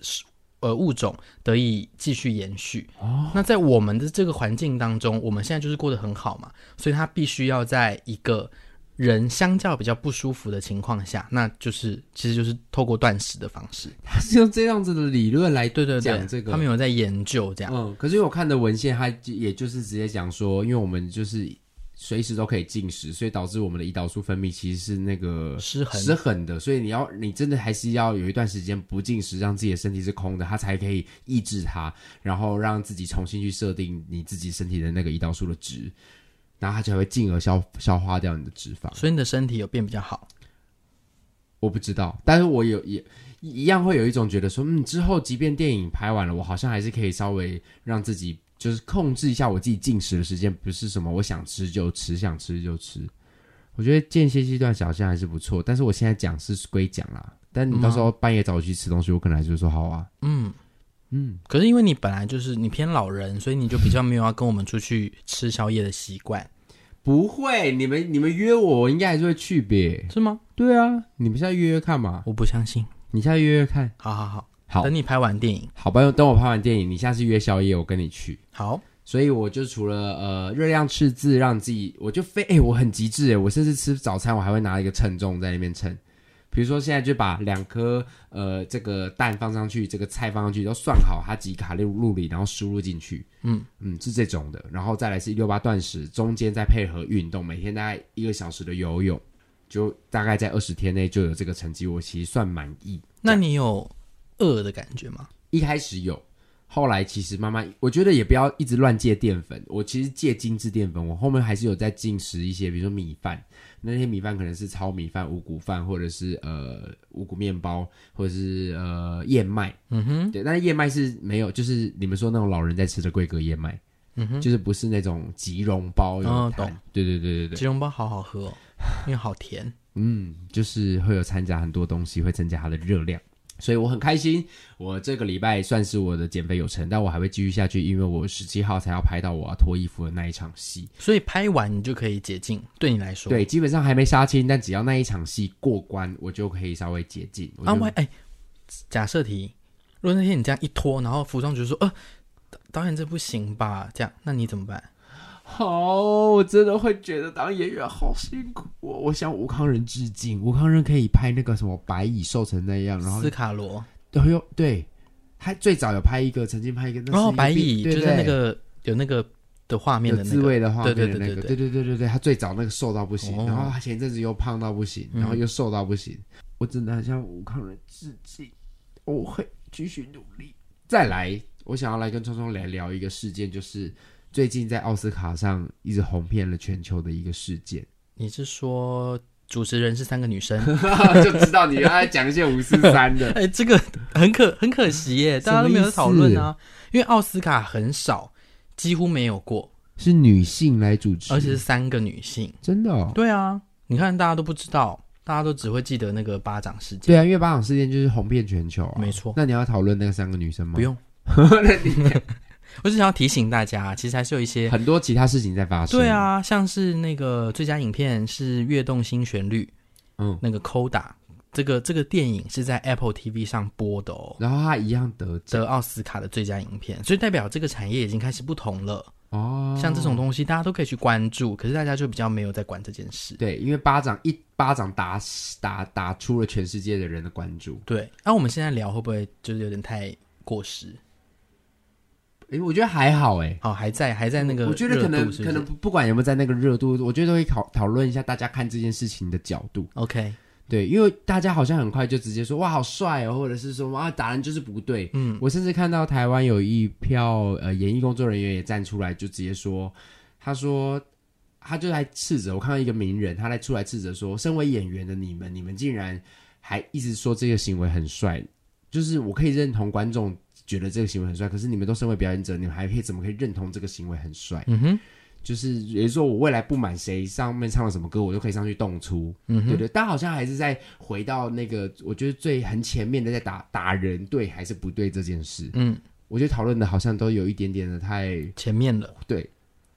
Speaker 2: 呃物种得以继续延续。
Speaker 1: 哦，
Speaker 2: 那在我们的这个环境当中，我们现在就是过得很好嘛，所以它必须要在一个人相较比较不舒服的情况下，那就是其实就是透过断食的方式。
Speaker 1: 他是用这样子的理论来
Speaker 2: 对对对，
Speaker 1: 讲这个
Speaker 2: 他们有在研究这样。
Speaker 1: 嗯，可是因为我看的文献，它就也就是直接讲说，因为我们就是随时都可以进食，所以导致我们的胰岛素分泌其实是那个
Speaker 2: 失衡
Speaker 1: 失衡的，所以你要你真的还是要有一段时间不进食，让自己的身体是空的，它才可以抑制它，然后让自己重新去设定你自己身体的那个胰岛素的值，然后它才会进而消消化掉你的脂肪。
Speaker 2: 所以你的身体有变比较好，
Speaker 1: 我不知道，但是我有也一样会有一种觉得说，嗯，之后即便电影拍完了，我好像还是可以稍微让自己就是控制一下我自己进食的时间，不是什么我想吃就吃，想吃就吃。我觉得间歇性段小像还是不错，但是我现在讲是归讲啦，但你到时候半夜找我去吃东西，我可能还是会说好啊，
Speaker 2: 嗯。
Speaker 1: 嗯，
Speaker 2: 可是因为你本来就是你偏老人，所以你就比较没有要跟我们出去吃宵夜的习惯，
Speaker 1: 不会，你们你们约我，我应该还是会去呗。
Speaker 2: 是吗？
Speaker 1: 对啊，你们现在约约看嘛，
Speaker 2: 我不相信。
Speaker 1: 你现在约约看，
Speaker 2: 好好好，
Speaker 1: 好
Speaker 2: 等你拍完电影，
Speaker 1: 好吧，等我拍完电影，你下次约宵夜，我跟你去。
Speaker 2: 好，
Speaker 1: 所以我就除了呃热量赤字，让自己我就非哎、我很极致哎，我甚至吃早餐我还会拿一个称重在那边称。比如说现在就把两颗呃这个蛋放上去，这个菜放上去，都算好它几卡路里，然后输入进去。
Speaker 2: 嗯
Speaker 1: 嗯，是这种的。然后再来是一六八断食，中间再配合运动，每天大概一个小时的游泳，就大概在二十天内就有这个成绩，我其实算满意。
Speaker 2: 那你有饿的感觉吗？
Speaker 1: 一开始有，后来其实慢慢，我觉得也不要一直乱戒淀粉。我其实戒精致淀粉，我后面还是有在进食一些，比如说米饭，那些米饭可能是糙米饭、五谷饭，或者是呃五谷面包，或者是呃燕麦。
Speaker 2: 嗯哼，
Speaker 1: 对，但是燕麦是没有，就是你们说那种老人在吃的贵格燕麦。
Speaker 2: 嗯哼，
Speaker 1: 就是不是那种即溶包有
Speaker 2: 哦
Speaker 1: 糖
Speaker 2: 懂
Speaker 1: 对对对对
Speaker 2: 鸡
Speaker 1: 对，
Speaker 2: 茸包好好喝哦，因为好甜。
Speaker 1: 嗯，就是会有掺杂很多东西，会增加它的热量，所以我很开心，我这个礼拜算是我的减肥有成，但我还会继续下去，因为我十七号才要拍到我要脱衣服的那一场戏。
Speaker 2: 所以拍完你就可以解禁，对你来说。啊
Speaker 1: 对，基本上还没杀青，但只要那一场戏过关，我就可以稍微解禁。我就
Speaker 2: 啊，我哎，假设题，如果那天你这样一拖，然后服装局说，呃，导导演这不行吧？这样，那你怎么办？
Speaker 1: 好，我真的会觉得当演员好辛苦、哦。我向吴康仁致敬，吴康仁可以拍那个什么白蚁瘦成那样，然后
Speaker 2: 斯卡罗，
Speaker 1: 哎呦，对，他最早有拍一个，曾经拍一个，那
Speaker 2: 然后
Speaker 1: 是一个
Speaker 2: 哦白
Speaker 1: 病
Speaker 2: 蚁
Speaker 1: 对
Speaker 2: 就
Speaker 1: 不
Speaker 2: 是那
Speaker 1: 对
Speaker 2: 个有那个的画面
Speaker 1: 有
Speaker 2: 的那
Speaker 1: 自
Speaker 2: 个，
Speaker 1: 慰的画面的
Speaker 2: 对对
Speaker 1: 那
Speaker 2: 对
Speaker 1: 个，
Speaker 2: 对
Speaker 1: 对对对对对，他最早那个瘦到不行，
Speaker 2: 哦
Speaker 1: 然后他前一阵子又胖到不行，
Speaker 2: 嗯
Speaker 1: 然后又瘦到不行，我真的很向武康人致敬，我会继续努力。再来，我想要来跟聪聪来聊一个事件，就是最近在奥斯卡上一直红遍了全球的一个事件，
Speaker 2: 你是说主持人是三个女生？
Speaker 1: 就知道你原来讲一些五四三的，
Speaker 2: 哎、这个很可很可惜耶，
Speaker 1: 什么
Speaker 2: 大家都没有讨论啊，因为奥斯卡很少，几乎没有过。
Speaker 1: 是女性来主持，
Speaker 2: 而且是三个女性。
Speaker 1: 真的哦。
Speaker 2: 对啊，你看大家都不知道，大家都只会记得那个巴掌事件。
Speaker 1: 对啊，因为巴掌事件就是红遍全球啊。
Speaker 2: 没错
Speaker 1: 那你要讨论那三个女生吗？
Speaker 2: 不， 用，我只想要提醒大家，啊其实还是有一些
Speaker 1: 很多其他事情在发生。
Speaker 2: 对，啊，像是那个最佳影片是《跃动新旋律》，
Speaker 1: 嗯，
Speaker 2: 那个 Coda 这个这个电影是在 Apple TV 上播的哦，
Speaker 1: 然后她一样得奖
Speaker 2: 得奥斯卡的最佳影片，所以代表这个产业已经开始不同了。
Speaker 1: 哦。
Speaker 2: 像这种东西，大家都可以去关注，可是大家就比较没有在管这件事。
Speaker 1: 对，因为巴掌一巴掌打打打出了全世界的人的关注。
Speaker 2: 对，那、我们现在聊会不会就是有点太过时？
Speaker 1: 诶，我觉得还好诶。
Speaker 2: 哦，还在还在那个
Speaker 1: 我觉得可
Speaker 2: 热
Speaker 1: 能
Speaker 2: 度是不
Speaker 1: 可
Speaker 2: 是
Speaker 1: 能不不管有没有在那个热度，我觉得都会讨讨论一下大家看这件事情的角度。
Speaker 2: OK，
Speaker 1: 对，因为大家好像很快就直接说哇好帅哦，或者是说哇打人就是不对。
Speaker 2: 嗯，
Speaker 1: 我甚至看到台湾有一票呃演艺工作人员也站出来，就直接说，他说他就来斥责，我看到一个名人，他来出来斥责说，身为演员的你们，你们竟然还一直说这个行为很帅，就是我可以认同观众觉得这个行为很帅，可 是你们都身为表演者，你们还可以怎么可以认同这个行为很帅？
Speaker 2: 嗯哼，
Speaker 1: 就是也就是说，我未来不满谁上面唱了什么歌，我就可以上去动粗，
Speaker 2: 嗯
Speaker 1: 对
Speaker 2: 哼，
Speaker 1: 对。但好像还是在回到那个，我觉得最很前面的，在打打人对还是不对这件事。
Speaker 2: 嗯，
Speaker 1: 我觉得讨论的好像都有一点点的太
Speaker 2: 前面了，
Speaker 1: 对，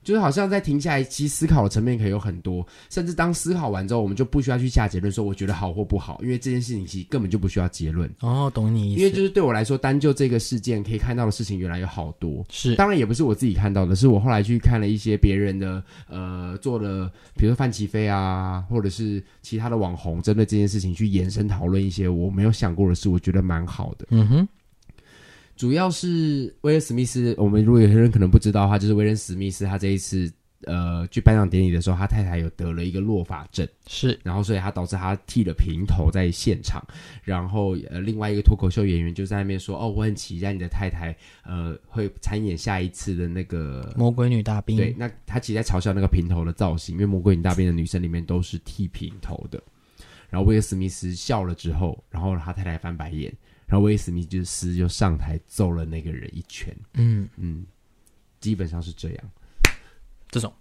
Speaker 1: 就是好像在停下来，其实思考的层面可以有很多，甚至当思考完之后，我们就不需要去下结论说我觉得好或不好，因为这件事情其实根本就不需要结论。
Speaker 2: 哦，懂你
Speaker 1: 因为
Speaker 2: 意
Speaker 1: 就
Speaker 2: 思，
Speaker 1: 是对我来说，单就这个事件可以看到的事情原来有好多，
Speaker 2: 是
Speaker 1: 当然也不是我自己看到的，是我后来去看了一些别人的呃做的，比如说范琪飞啊，或者是其他的网红针对这件事情去延伸讨论一些我没有想过的事，我觉得蛮好的。
Speaker 2: 嗯哼，
Speaker 1: 主要是威尔史密斯，我们如果有些人可能不知道的话，就是威尔史密斯他这一次呃去颁奖典礼的时候，他太太有得了一个落发症，
Speaker 2: 是
Speaker 1: 然后所以他导致他剃了平头在现场，然后呃另外一个脱口秀演员就在那边说哦我很期待你的太太呃会参演下一次的那个。
Speaker 2: 魔鬼女大兵，
Speaker 1: 对，，那他其实在嘲笑那个平头的造型，因为《魔鬼女大兵》的女生里面都是剃平头的。然后威尔史密斯笑了之后，然后他太太翻白眼，然后威尔史密斯就上台揍了那个人一拳。
Speaker 2: 嗯，
Speaker 1: 嗯，基本上是这样。
Speaker 2: 这种，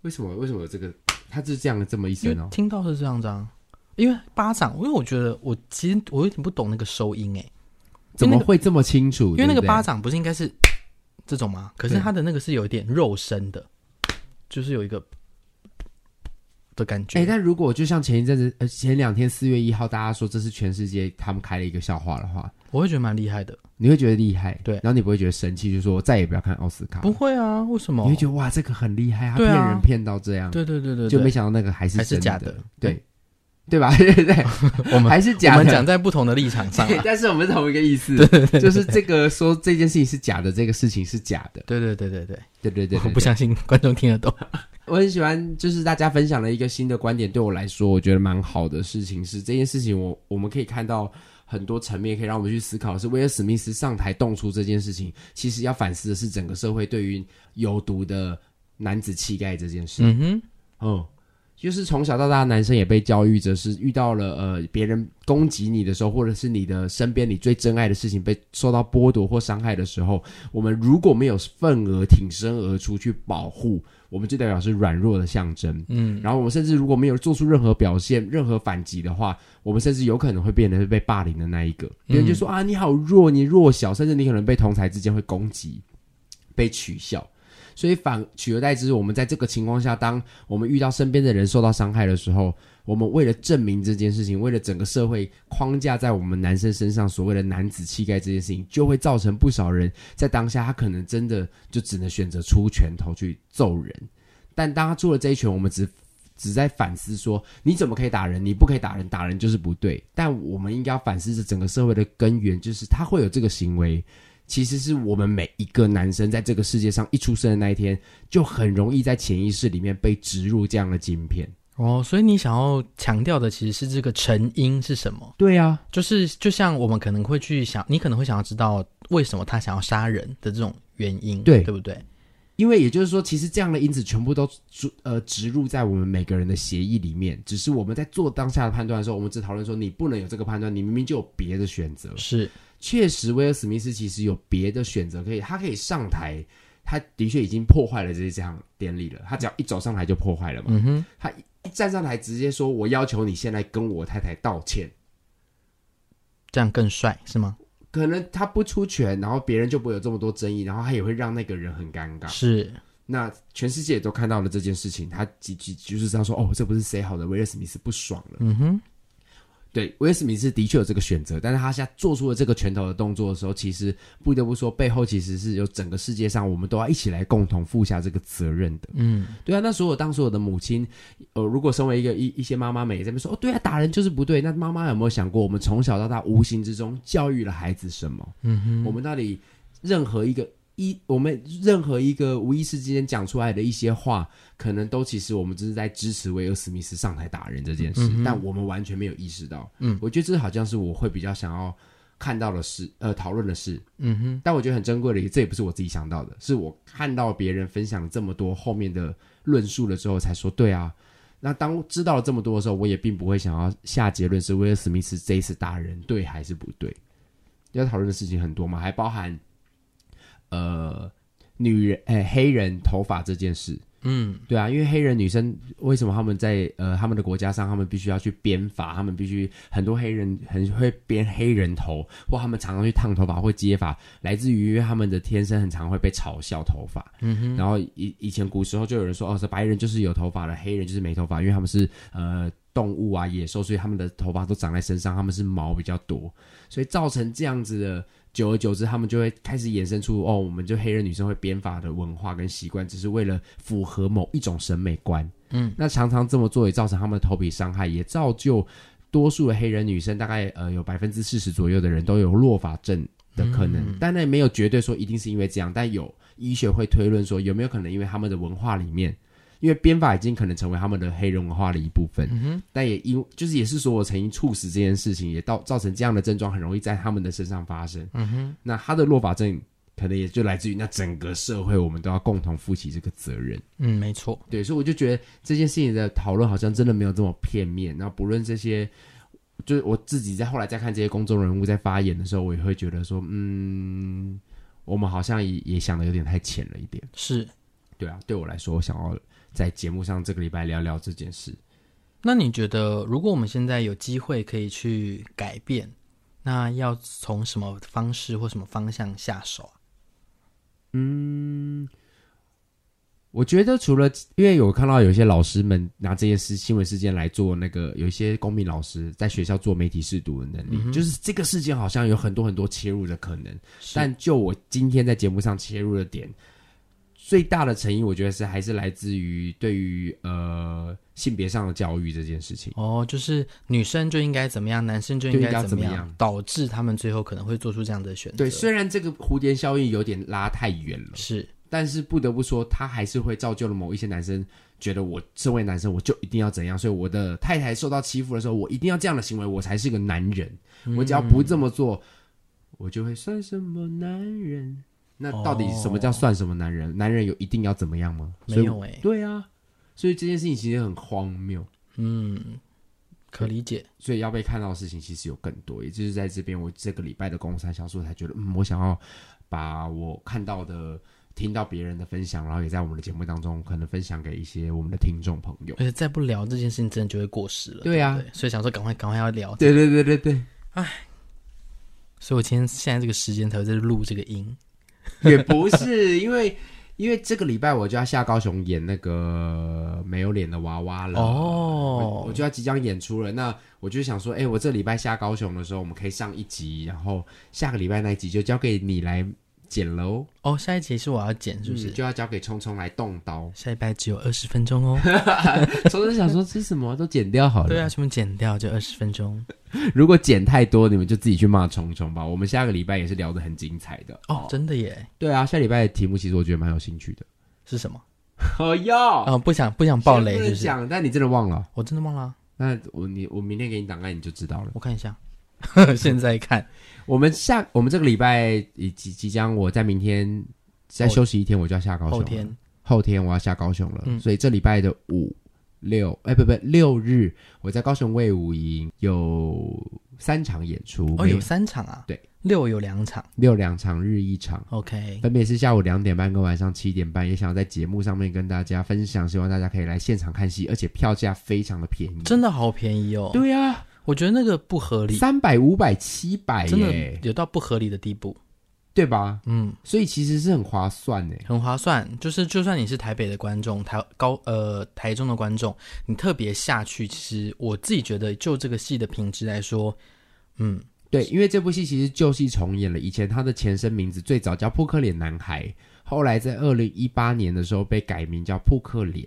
Speaker 1: 为什么？为什么有这个？他就是这样的这么一
Speaker 2: 因
Speaker 1: 声
Speaker 2: 为
Speaker 1: 哦。
Speaker 2: 听到是这样子啊，因为巴掌，因为我觉得我其实我有点不懂那个收音哎、
Speaker 1: 怎么会这么清楚？
Speaker 2: 因为那
Speaker 1: 对不
Speaker 2: 个
Speaker 1: 对
Speaker 2: 巴掌不是应该是这种吗？可是
Speaker 1: 对
Speaker 2: 它的那个是有一点肉身的，就是有一个的感觉。
Speaker 1: 哎、但如果就像前一阵子，呃，前两天四月一号，大家说这是全世界他们开了一个笑话的话，
Speaker 2: 我会觉得蛮厉害的。
Speaker 1: 你会觉得厉害，
Speaker 2: 对
Speaker 1: 然后你不会觉得生气，就说再也不要看奥斯卡，
Speaker 2: 不会啊，为什么
Speaker 1: 你会？觉得哇，这个很厉害，他
Speaker 2: 对
Speaker 1: 骗
Speaker 2: 啊
Speaker 1: 人骗到这样，
Speaker 2: 对对对对对，
Speaker 1: 就没想到那个还是
Speaker 2: 还是
Speaker 1: 真
Speaker 2: 假
Speaker 1: 的
Speaker 2: 的，嗯
Speaker 1: 对，对吧？ 对对对，
Speaker 2: 我们
Speaker 1: 还是
Speaker 2: 我
Speaker 1: 假
Speaker 2: 们
Speaker 1: 的。
Speaker 2: 讲在不同的立场上
Speaker 1: 对
Speaker 2: 啊。
Speaker 1: 但是我们是同一个意思，就是这个说这件事情是假的，这个事情是假的，
Speaker 2: 对对对对对，
Speaker 1: 对对对对
Speaker 2: 我
Speaker 1: 对
Speaker 2: 不相信观众听得懂。
Speaker 1: 我很喜欢，就是大家分享了一个新的观点，对我来说，我觉得蛮好的事情是这件事情我，我们可以看到很多层面，可以让我们去思考，是威尔史密斯上台动出这件事情，其实要反思的是整个社会对于有毒的男子气概这件事。
Speaker 2: 嗯哼，
Speaker 1: 嗯，就是从小到大，男生也被教育着是遇到了呃别人攻击你的时候，或者是你的身边你最珍爱的事情被受到剥夺或伤害的时候，我们如果没有份额挺身而出去保护，我们就代表是软弱的象征。
Speaker 2: 嗯，
Speaker 1: 然后我们甚至如果没有做出任何表现、任何反击的话，我们甚至有可能会变得是被霸凌的那一个。别人就说、啊，你好弱，你弱小，甚至你可能被同才之间会攻击、被取笑。所以反取而代之，我们在这个情况下，当我们遇到身边的人受到伤害的时候，我们为了证明这件事情，为了整个社会框架在我们男生身上所谓的男子气概这件事情，就会造成不少人在当下他可能真的就只能选择出拳头去揍人。但当他做了这一拳，我们只只在反思说，你怎么可以打人？你不可以打人，打人就是不对。但我们应该要反思这整个社会的根源，就是他会有这个行为，其实是我们每一个男生在这个世界上一出生的那一天，就很容易在潜意识里面被植入这样的晶片。
Speaker 2: 哦，所以你想要强调的其实是这个成因是什么？
Speaker 1: 对啊，
Speaker 2: 就是就像我们可能会去想，你可能会想要知道为什么他想要杀人的这种原因，
Speaker 1: 对
Speaker 2: 对不对？
Speaker 1: 因为也就是说，其实这样的因子全部都植呃植入在我们每个人的协议里面，只是我们在做当下的判断的时候，我们只讨论说你不能有这个判断，你明明就有别的选择。
Speaker 2: 是，
Speaker 1: 确实，威尔史密斯其实有别的选择可以，他可以上台他的确已经破坏了这这场典礼了。他只要一走上台就破坏了嘛。
Speaker 2: 嗯哼，
Speaker 1: 他一一站上台直接说：“我要求你现在跟我太太道歉。”
Speaker 2: 这样更帅是吗？
Speaker 1: 可能他不出拳，然后别人就不会有这么多争议，然后他也会让那个人很尴尬。
Speaker 2: 是，
Speaker 1: 那全世界也都看到了这件事情，他几几就是知道说，哦，这不是谁好的，威尔史密斯不爽了。
Speaker 2: 嗯哼，
Speaker 1: 对，威尔史密斯的确有这个选择，但是他现在做出了这个拳头的动作的时候，其实不得不说，背后其实是有整个世界上我们都要一起来共同负下这个责任的。
Speaker 2: 嗯，
Speaker 1: 对啊，那所有当所有的母亲，呃，如果身为一个一一些妈妈们也在那边说，哦，对啊，打人就是不对。那妈妈有没有想过，我们从小到大无形之中教育了孩子什么？嗯哼，我们到底任何一个一，我们任何一个无意识之间讲出来的一些话，可能都其实我们只是在支持威尔史密斯上台打人这件事，但我们完全没有意识到。
Speaker 2: 嗯，
Speaker 1: 我觉得这好像是我会比较想要。看到的事，呃，讨论的事，
Speaker 2: 嗯哼，
Speaker 1: 但我觉得很珍贵的，这也不是我自己想到的，是我看到别人分享这么多后面的论述了之后，才说对啊。那当知道了这么多的时候，我也并不会想要下结论是威尔史密斯这一次打人对还是不对。要讨论的事情很多嘛，还包含呃女人哎、黑人头发这件事，
Speaker 2: 嗯，
Speaker 1: 对啊，因为黑人女生为什么他们在呃他们的国家上，他们必须要去编发，他们必须很多黑人很会编黑人头，或他们常常去烫头发或接发，来自于因为他们的天生很常会被嘲笑头发。嗯哼。然后以以前古时候就有人说，哦，是白人就是有头发的，黑人就是没头发，因为他们是呃动物啊野兽，所以他们的头发都长在身上，他们是毛比较多，所以造成这样子的。久而久之，他们就会开始衍生出哦，我们就黑人女生会编发的文化跟习惯，只是为了符合某一种审美观。
Speaker 2: 嗯，
Speaker 1: 那常常这么做也造成他们的头皮伤害，也造就多数的黑人女生，大概呃有百分之四十左右的人都有落发症的可能。当然没有绝对说一定是因为这样，但有医学会推论说有没有可能因为他们的文化里面。因为编发已经可能成为他们的黑人文化的一部分，但也因就是也是所有成因促使这件事情，也到造成这样的症状很容易在他们的身上发生。嗯哼，那他的落法症可能也就来自于那整个社会，我们都要共同负起这个责任。
Speaker 2: 嗯，没错，
Speaker 1: 对，所以我就觉得这件事情的讨论好像真的没有这么片面。然后不论这些，就是我自己在后来再看这些公众人物在发言的时候，我也会觉得说，嗯，我们好像也也想的有点太浅了一点。
Speaker 2: 是。
Speaker 1: 对啊，对我来说，我想要在节目上这个礼拜聊聊这件事。
Speaker 2: 那你觉得，如果我们现在有机会可以去改变，那要从什么方式或什么方向下手啊？
Speaker 1: 我觉得除了因为有看到有一些老师们拿这件事新闻事件来做那个，有一些公民老师在学校做媒体试读的能力，就是这个事件好像有很多很多切入的可能。
Speaker 2: 是
Speaker 1: 但就我今天在节目上切入的点，最大的成因，我觉得是还是来自于对于呃性别上的教育这件事情。
Speaker 2: 哦，就是女生就应该怎么样，男生就应该怎么
Speaker 1: 就应该怎么样
Speaker 2: 导致他们最后可能会做出这样的选择。
Speaker 1: 对，虽然这个蝴蝶效应有点拉太远了，
Speaker 2: 是
Speaker 1: 但是不得不说，它还是会造就了某一些男生觉得我身为男生我就一定要怎样，所以我的太太受到欺负的时候，我一定要这样的行为，我才是个男人。
Speaker 2: 嗯
Speaker 1: 我只要不这么做，我就会算什么男人？那到底什么叫算什么男人？男人有一定要怎么样吗？
Speaker 2: 哦没
Speaker 1: 所以
Speaker 2: 有哎、
Speaker 1: 对啊，所以这件事情其实很荒谬，
Speaker 2: 嗯，可理解。
Speaker 1: 所以要被看到的事情其实有更多，也就是在这边我这个礼拜的公山小说才觉得，嗯，我想要把我看到的、听到别人的分享，然后也在我们的节目当中可能分享给一些我们的听众朋友
Speaker 2: 而。且再不聊这件事情，真的就会过时 了。
Speaker 1: 对啊
Speaker 2: 不所以想说赶快赶快要聊。
Speaker 1: 对对对对对，
Speaker 2: 所以我今天现在这个时间才会在这录这个音。
Speaker 1: 也不是因为。因为这个礼拜我就要下高雄演那个没有脸的娃娃了我
Speaker 2: 哦
Speaker 1: 我，就要即将演出了，那我就想说，哎、我这礼拜下高雄的时候，我们可以上一集，然后下个礼拜那一集就交给你来剪喽，
Speaker 2: 哦，下一集是我要剪，是不是？。
Speaker 1: 就要交给聪聪来动刀
Speaker 2: 下一拜只有二十分钟哦。
Speaker 1: 聪聪想说这是什么都剪掉好了，
Speaker 2: 对啊，全部剪掉就二十分钟。
Speaker 1: 如果剪太多，你们就自己去骂聪聪吧。我们下个礼拜也是聊得很精彩的
Speaker 2: 哦，真的耶？
Speaker 1: 对啊，下礼拜的题目其实我觉得蛮有兴趣的。
Speaker 2: 是什么？
Speaker 1: 哦哟，
Speaker 2: 哦，不想不想爆
Speaker 1: 先
Speaker 2: 雷，是
Speaker 1: 不
Speaker 2: 不
Speaker 1: 能
Speaker 2: 是？
Speaker 1: 讲，但你真的忘了。
Speaker 2: 我真的忘了啊、
Speaker 1: 那我你我明天给你档案你就知道了。
Speaker 2: 我看一下， 现在看。
Speaker 1: 我们下我们这个礼拜以及即将我在明天再
Speaker 2: 后
Speaker 1: 休息一天，我就要下高雄了。
Speaker 2: 后天
Speaker 1: 后天我要下高雄了，
Speaker 2: 嗯
Speaker 1: 所以这礼拜的五六哎不不六日我在高雄卫武营有三场演出，
Speaker 2: 哦，
Speaker 1: 每
Speaker 2: 有三场啊，
Speaker 1: 对，
Speaker 2: 六有两场
Speaker 1: 六两场，日一场。
Speaker 2: ，OK，
Speaker 1: 分别是下午两点半跟晚上七点半，也想要在节目上面跟大家分享，希望大家可以来现场看戏，而且票价非常的便宜，
Speaker 2: 真的好便宜哦，
Speaker 1: 对呀、
Speaker 2: 我觉得那个不合理，
Speaker 1: 三百、五百、七百
Speaker 2: 真的
Speaker 1: 耶，
Speaker 2: 有到不合理的地步，
Speaker 1: 对吧？
Speaker 2: 嗯，
Speaker 1: 所以其实是很划算诶。
Speaker 2: 很划算。就是就算你是台北的观众，台高呃台中的观众，你特别下去，其实我自己觉得就这个戏的品质来说，嗯，
Speaker 1: 对，因为这部戏其实旧戏重演了，以前它的前身名字最早叫《扑克脸男孩》，后来在二零一八年的时候被改名叫《扑克脸》，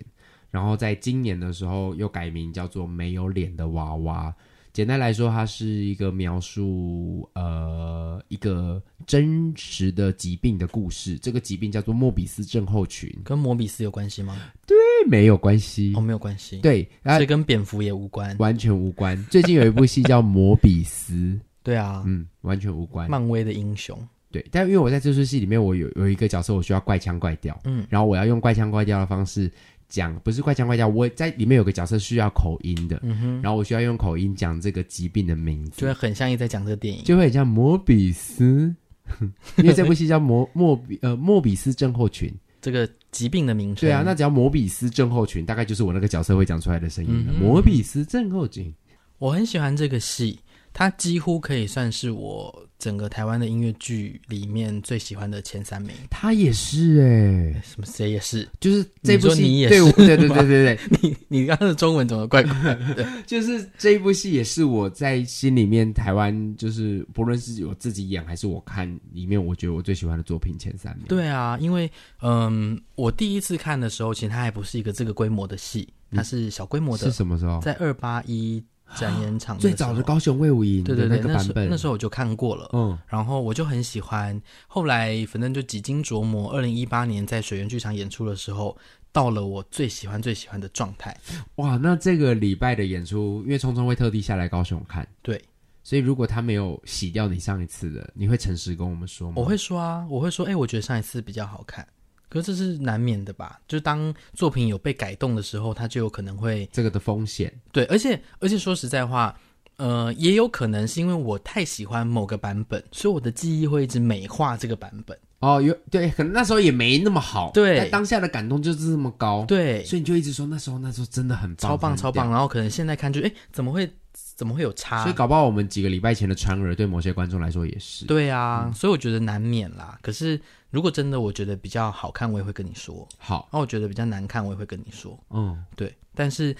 Speaker 1: 然后在今年的时候又改名叫做《没有脸的娃娃》。简单来说，它是一个描述呃一个真实的疾病的故事，这个疾病叫做莫比斯症候群，
Speaker 2: 跟摩比斯有关系吗？
Speaker 1: 对，没有关系
Speaker 2: 哦，，没有关系，
Speaker 1: 嗯对，然
Speaker 2: 所
Speaker 1: 后
Speaker 2: 以跟蝙蝠也无关。
Speaker 1: 完全无关。最近有一部戏叫《摩比斯》，
Speaker 2: 对啊，
Speaker 1: 嗯，完全无关。
Speaker 2: 漫威的英雄，
Speaker 1: 对，但因为我在这出戏里面，我有有一个角色，我需要怪腔怪调，
Speaker 2: 嗯
Speaker 1: 然后我要用怪腔怪调的方式讲，不是怪腔怪调，我在里面有个角色需要口音的，
Speaker 2: 嗯哼，
Speaker 1: 然后我需要用口音讲这个疾病的名字，
Speaker 2: 就会很像一在讲这个电影。
Speaker 1: 就会很像摩比斯， 因为这部戏叫摩莫比呃莫比斯症候群，
Speaker 2: 这个疾病的名称。
Speaker 1: 对啊，那只要摩比斯症候群，大概就是我那个角色会讲出来的声音了，
Speaker 2: 嗯哼
Speaker 1: 摩比斯症候群，
Speaker 2: 我很喜欢这个戏，它几乎可以算是我整个台湾的音乐剧里面最喜欢的前三名。
Speaker 1: 他也是哎、
Speaker 2: 哎什么谁也是，
Speaker 1: 就是这部
Speaker 2: 你说你
Speaker 1: 戏
Speaker 2: 也
Speaker 1: 对
Speaker 2: 是
Speaker 1: 我对对对对对，
Speaker 2: 你你刚刚的中文怎么怪怪？
Speaker 1: 就是这一部戏也是我在心里面台湾，就是不论是我自己演还是我看里面，我觉得我最喜欢的作品前三名。，
Speaker 2: 对啊，因为嗯，我第一次看的时候，其实它还不是一个这个规模的戏，它是小规模的，
Speaker 1: 嗯是什么时候？
Speaker 2: 在二八一展演场
Speaker 1: 最
Speaker 2: 时候
Speaker 1: 早的高雄卫武营
Speaker 2: 对
Speaker 1: 的
Speaker 2: 对对，
Speaker 1: 个
Speaker 2: 那
Speaker 1: 版
Speaker 2: 时候
Speaker 1: 本。
Speaker 2: 那时候我就看过了。
Speaker 1: 嗯，
Speaker 2: 然后我就很喜欢。后来反正就几经琢磨，二零一八年在水源剧场演出的时候，到了我最喜欢最喜欢的状态。
Speaker 1: 哇，那这个礼拜的演出，因为聪聪会特地下来高雄看，
Speaker 2: 对，
Speaker 1: 所以如果他没有洗掉你上一次的，你会诚实跟我们说吗？
Speaker 2: 我会说啊，我会说，哎、我觉得上一次比较好看。可是这是难免的吧？就当作品有被改动的时候，它就有可能会
Speaker 1: 这个的风险，
Speaker 2: 对，而且而且说实在话，呃，也有可能是因为我太喜欢某个版本，所以我的记忆会一直美化这个版本。
Speaker 1: 哦，有对，可能那时候也没那么好，
Speaker 2: 对
Speaker 1: 但当下的感动就是这么高，，
Speaker 2: 对，
Speaker 1: 所以你就一直说那时候那时候真的很棒，
Speaker 2: 超棒超
Speaker 1: 很屌
Speaker 2: 棒。然后可能现在看就，哎，怎么会怎么会有差？
Speaker 1: 所以搞不好我们几个礼拜前的川儿，对某些观众来说也是。
Speaker 2: 对啊，
Speaker 1: 嗯
Speaker 2: 所以我觉得难免啦。可是如果真的我觉得比较好看，我也会跟你说；
Speaker 1: 好，
Speaker 2: 那我觉得比较难看，我也会跟你说。
Speaker 1: 嗯，
Speaker 2: 对，但是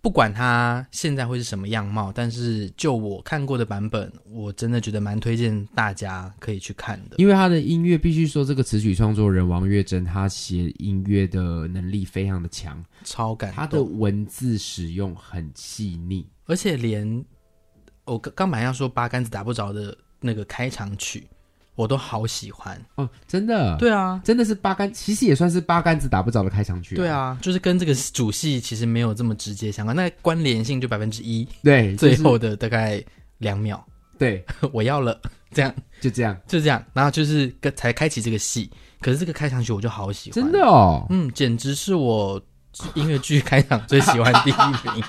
Speaker 2: 不管它现在会是什么样貌，但是就我看过的版本，我真的觉得蛮推荐大家可以去看的。
Speaker 1: 因为他的音乐必须说，这个词曲创作人王月珍，他写音乐的能力非常的强，
Speaker 2: 超感
Speaker 1: 他的
Speaker 2: 动，
Speaker 1: 文字使用很细腻。
Speaker 2: 而且连我刚刚本来要说八竿子打不着的那个开场曲，我都好喜欢。
Speaker 1: 哦，真的，，
Speaker 2: 对啊，
Speaker 1: 真的是八竿，其实也算是八竿子打不着的开场曲、
Speaker 2: 对，啊，就是跟这个主戏其实没有这么直接相关，那关联性就百分之一。
Speaker 1: 对，
Speaker 2: 最
Speaker 1: 就是
Speaker 2: 后的大概两秒，
Speaker 1: 对，
Speaker 2: 我要了，这样
Speaker 1: 就这样，
Speaker 2: 就这样，然后就是跟才开启这个戏。可是这个开场曲我就好喜欢，
Speaker 1: 真的，哦。
Speaker 2: 嗯，简直是我音乐剧开场最喜欢第一名，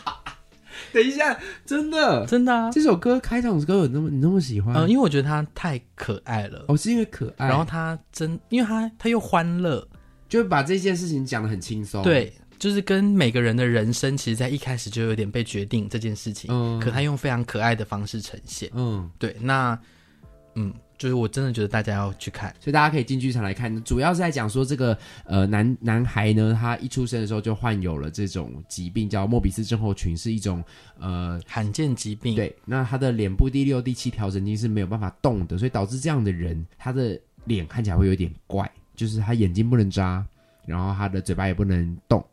Speaker 1: 等一下，真的，
Speaker 2: 真的啊，
Speaker 1: 这首歌开场歌有那么你那么喜欢？
Speaker 2: 嗯、因为我觉得它太可爱了，
Speaker 1: 哦，是因为可爱，
Speaker 2: 然后它真，因为它它又欢乐，
Speaker 1: 就把这件事情讲得很轻松。，
Speaker 2: 对，就是跟每个人的人生，其实在一开始就有点被决定这件事情，
Speaker 1: 嗯
Speaker 2: 可它用非常可爱的方式呈现，
Speaker 1: 嗯。
Speaker 2: 对，那嗯，就是我真的觉得大家要去看。
Speaker 1: 所以大家可以进剧场来看。主要是在讲说这个呃男男孩呢，他一出生的时候就患有了这种疾病，叫莫比斯症候群，是一种呃。
Speaker 2: 罕见疾病，
Speaker 1: 对，那他的脸部第六、第七条神经是没有办法动的，所以导致这样的人，他的脸看起来会有点怪，就是他眼睛不能眨，然后他的嘴巴也不能动，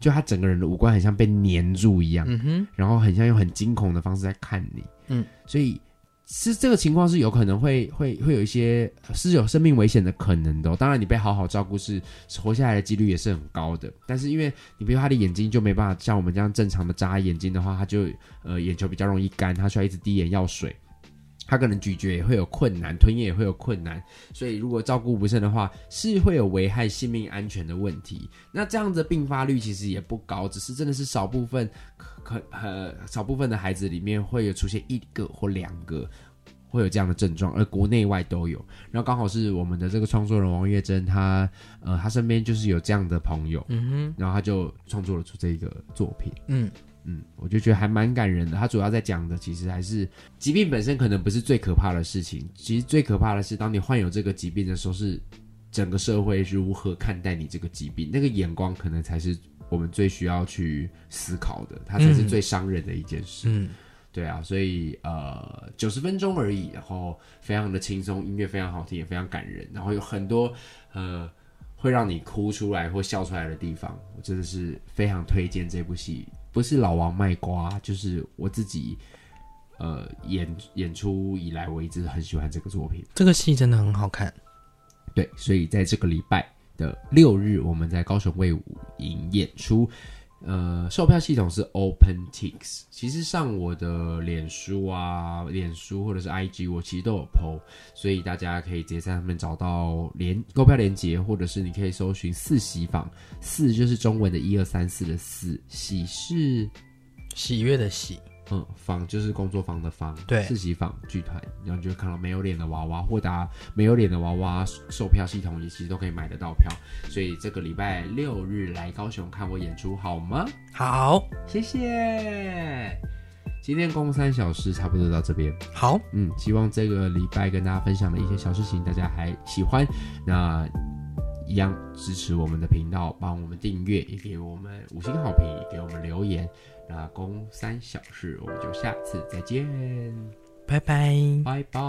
Speaker 1: 就他整个人的五官很像被粘住一样。
Speaker 2: 嗯哼，
Speaker 1: 然后很像用很惊恐的方式在看你，
Speaker 2: 嗯，
Speaker 1: 所以是这个情况是有可能会会会有一些是有生命危险的可能的哦、当然，你被好好照顾是活下来的几率也是很高的，但是因为你比如他的眼睛就没办法像我们这样正常的眨眼睛的话，他就呃眼球比较容易干，他需要一直滴眼药水。他可能咀嚼也会有困难，吞咽也会有困难，所以如果照顾不慎的话，是会有危害性命安全的问题。那这样的并发率其实也不高，只是真的是少部分可呃少部分的孩子里面会有出现一个或两个。会有这样的症状，而国内外都有。然后刚好是我们的这个创作人王月珍，她呃，她身边就是有这样的朋友，
Speaker 2: 嗯
Speaker 1: 然后她就创作了出这一个作品。
Speaker 2: 哼，嗯，
Speaker 1: 嗯，我就觉得还蛮感人的。他主要在讲的其实还是疾病本身可能不是最可怕的事情，其实最可怕的是当你患有这个疾病的时候，是整个社会如何看待你这个疾病，那个眼光可能才是我们最需要去思考的，它才是最伤人的一件事。
Speaker 2: 嗯，
Speaker 1: 对啊，所以呃，九十分钟而已，然后非常的轻松，音乐非常好听，也非常感人，然后有很多呃会让你哭出来或笑出来的地方，我真的是非常推荐这部戏。不是老王卖瓜，就是我自己呃演演出以来，我一直很喜欢这个作品。
Speaker 2: 这个戏真的很好看。
Speaker 1: 对，所以在这个礼拜的六日，我们在高雄卫武营演出。呃，售票系统是 OpenTix，其实上我的脸书啊、脸书或者是 IG，我其实都有 PO，所以大家可以直接在上面找到连购票链接，或者是你可以搜寻四喜坊，四就是中文的一二三四的四，喜是
Speaker 2: 喜悦的喜，
Speaker 1: 嗯，坊就是工作坊的坊，
Speaker 2: 对
Speaker 1: 四喜坊剧团，然后你就会看到没有脸的娃娃，或达没有脸的娃娃售票系统也其实都可以买得到票，所以这个礼拜六日来高雄看我演出好吗？
Speaker 2: 好
Speaker 1: 谢谢。今天公三小时差不多到这边，
Speaker 2: 好，
Speaker 1: 嗯，希望这个礼拜跟大家分享的一些小事情，大家还喜欢。那一样支持我们的频道，帮我们订阅，也给我们五星好评，也给我们留言。那公三小事，我们就下次再见，
Speaker 2: 拜拜。
Speaker 1: 拜拜。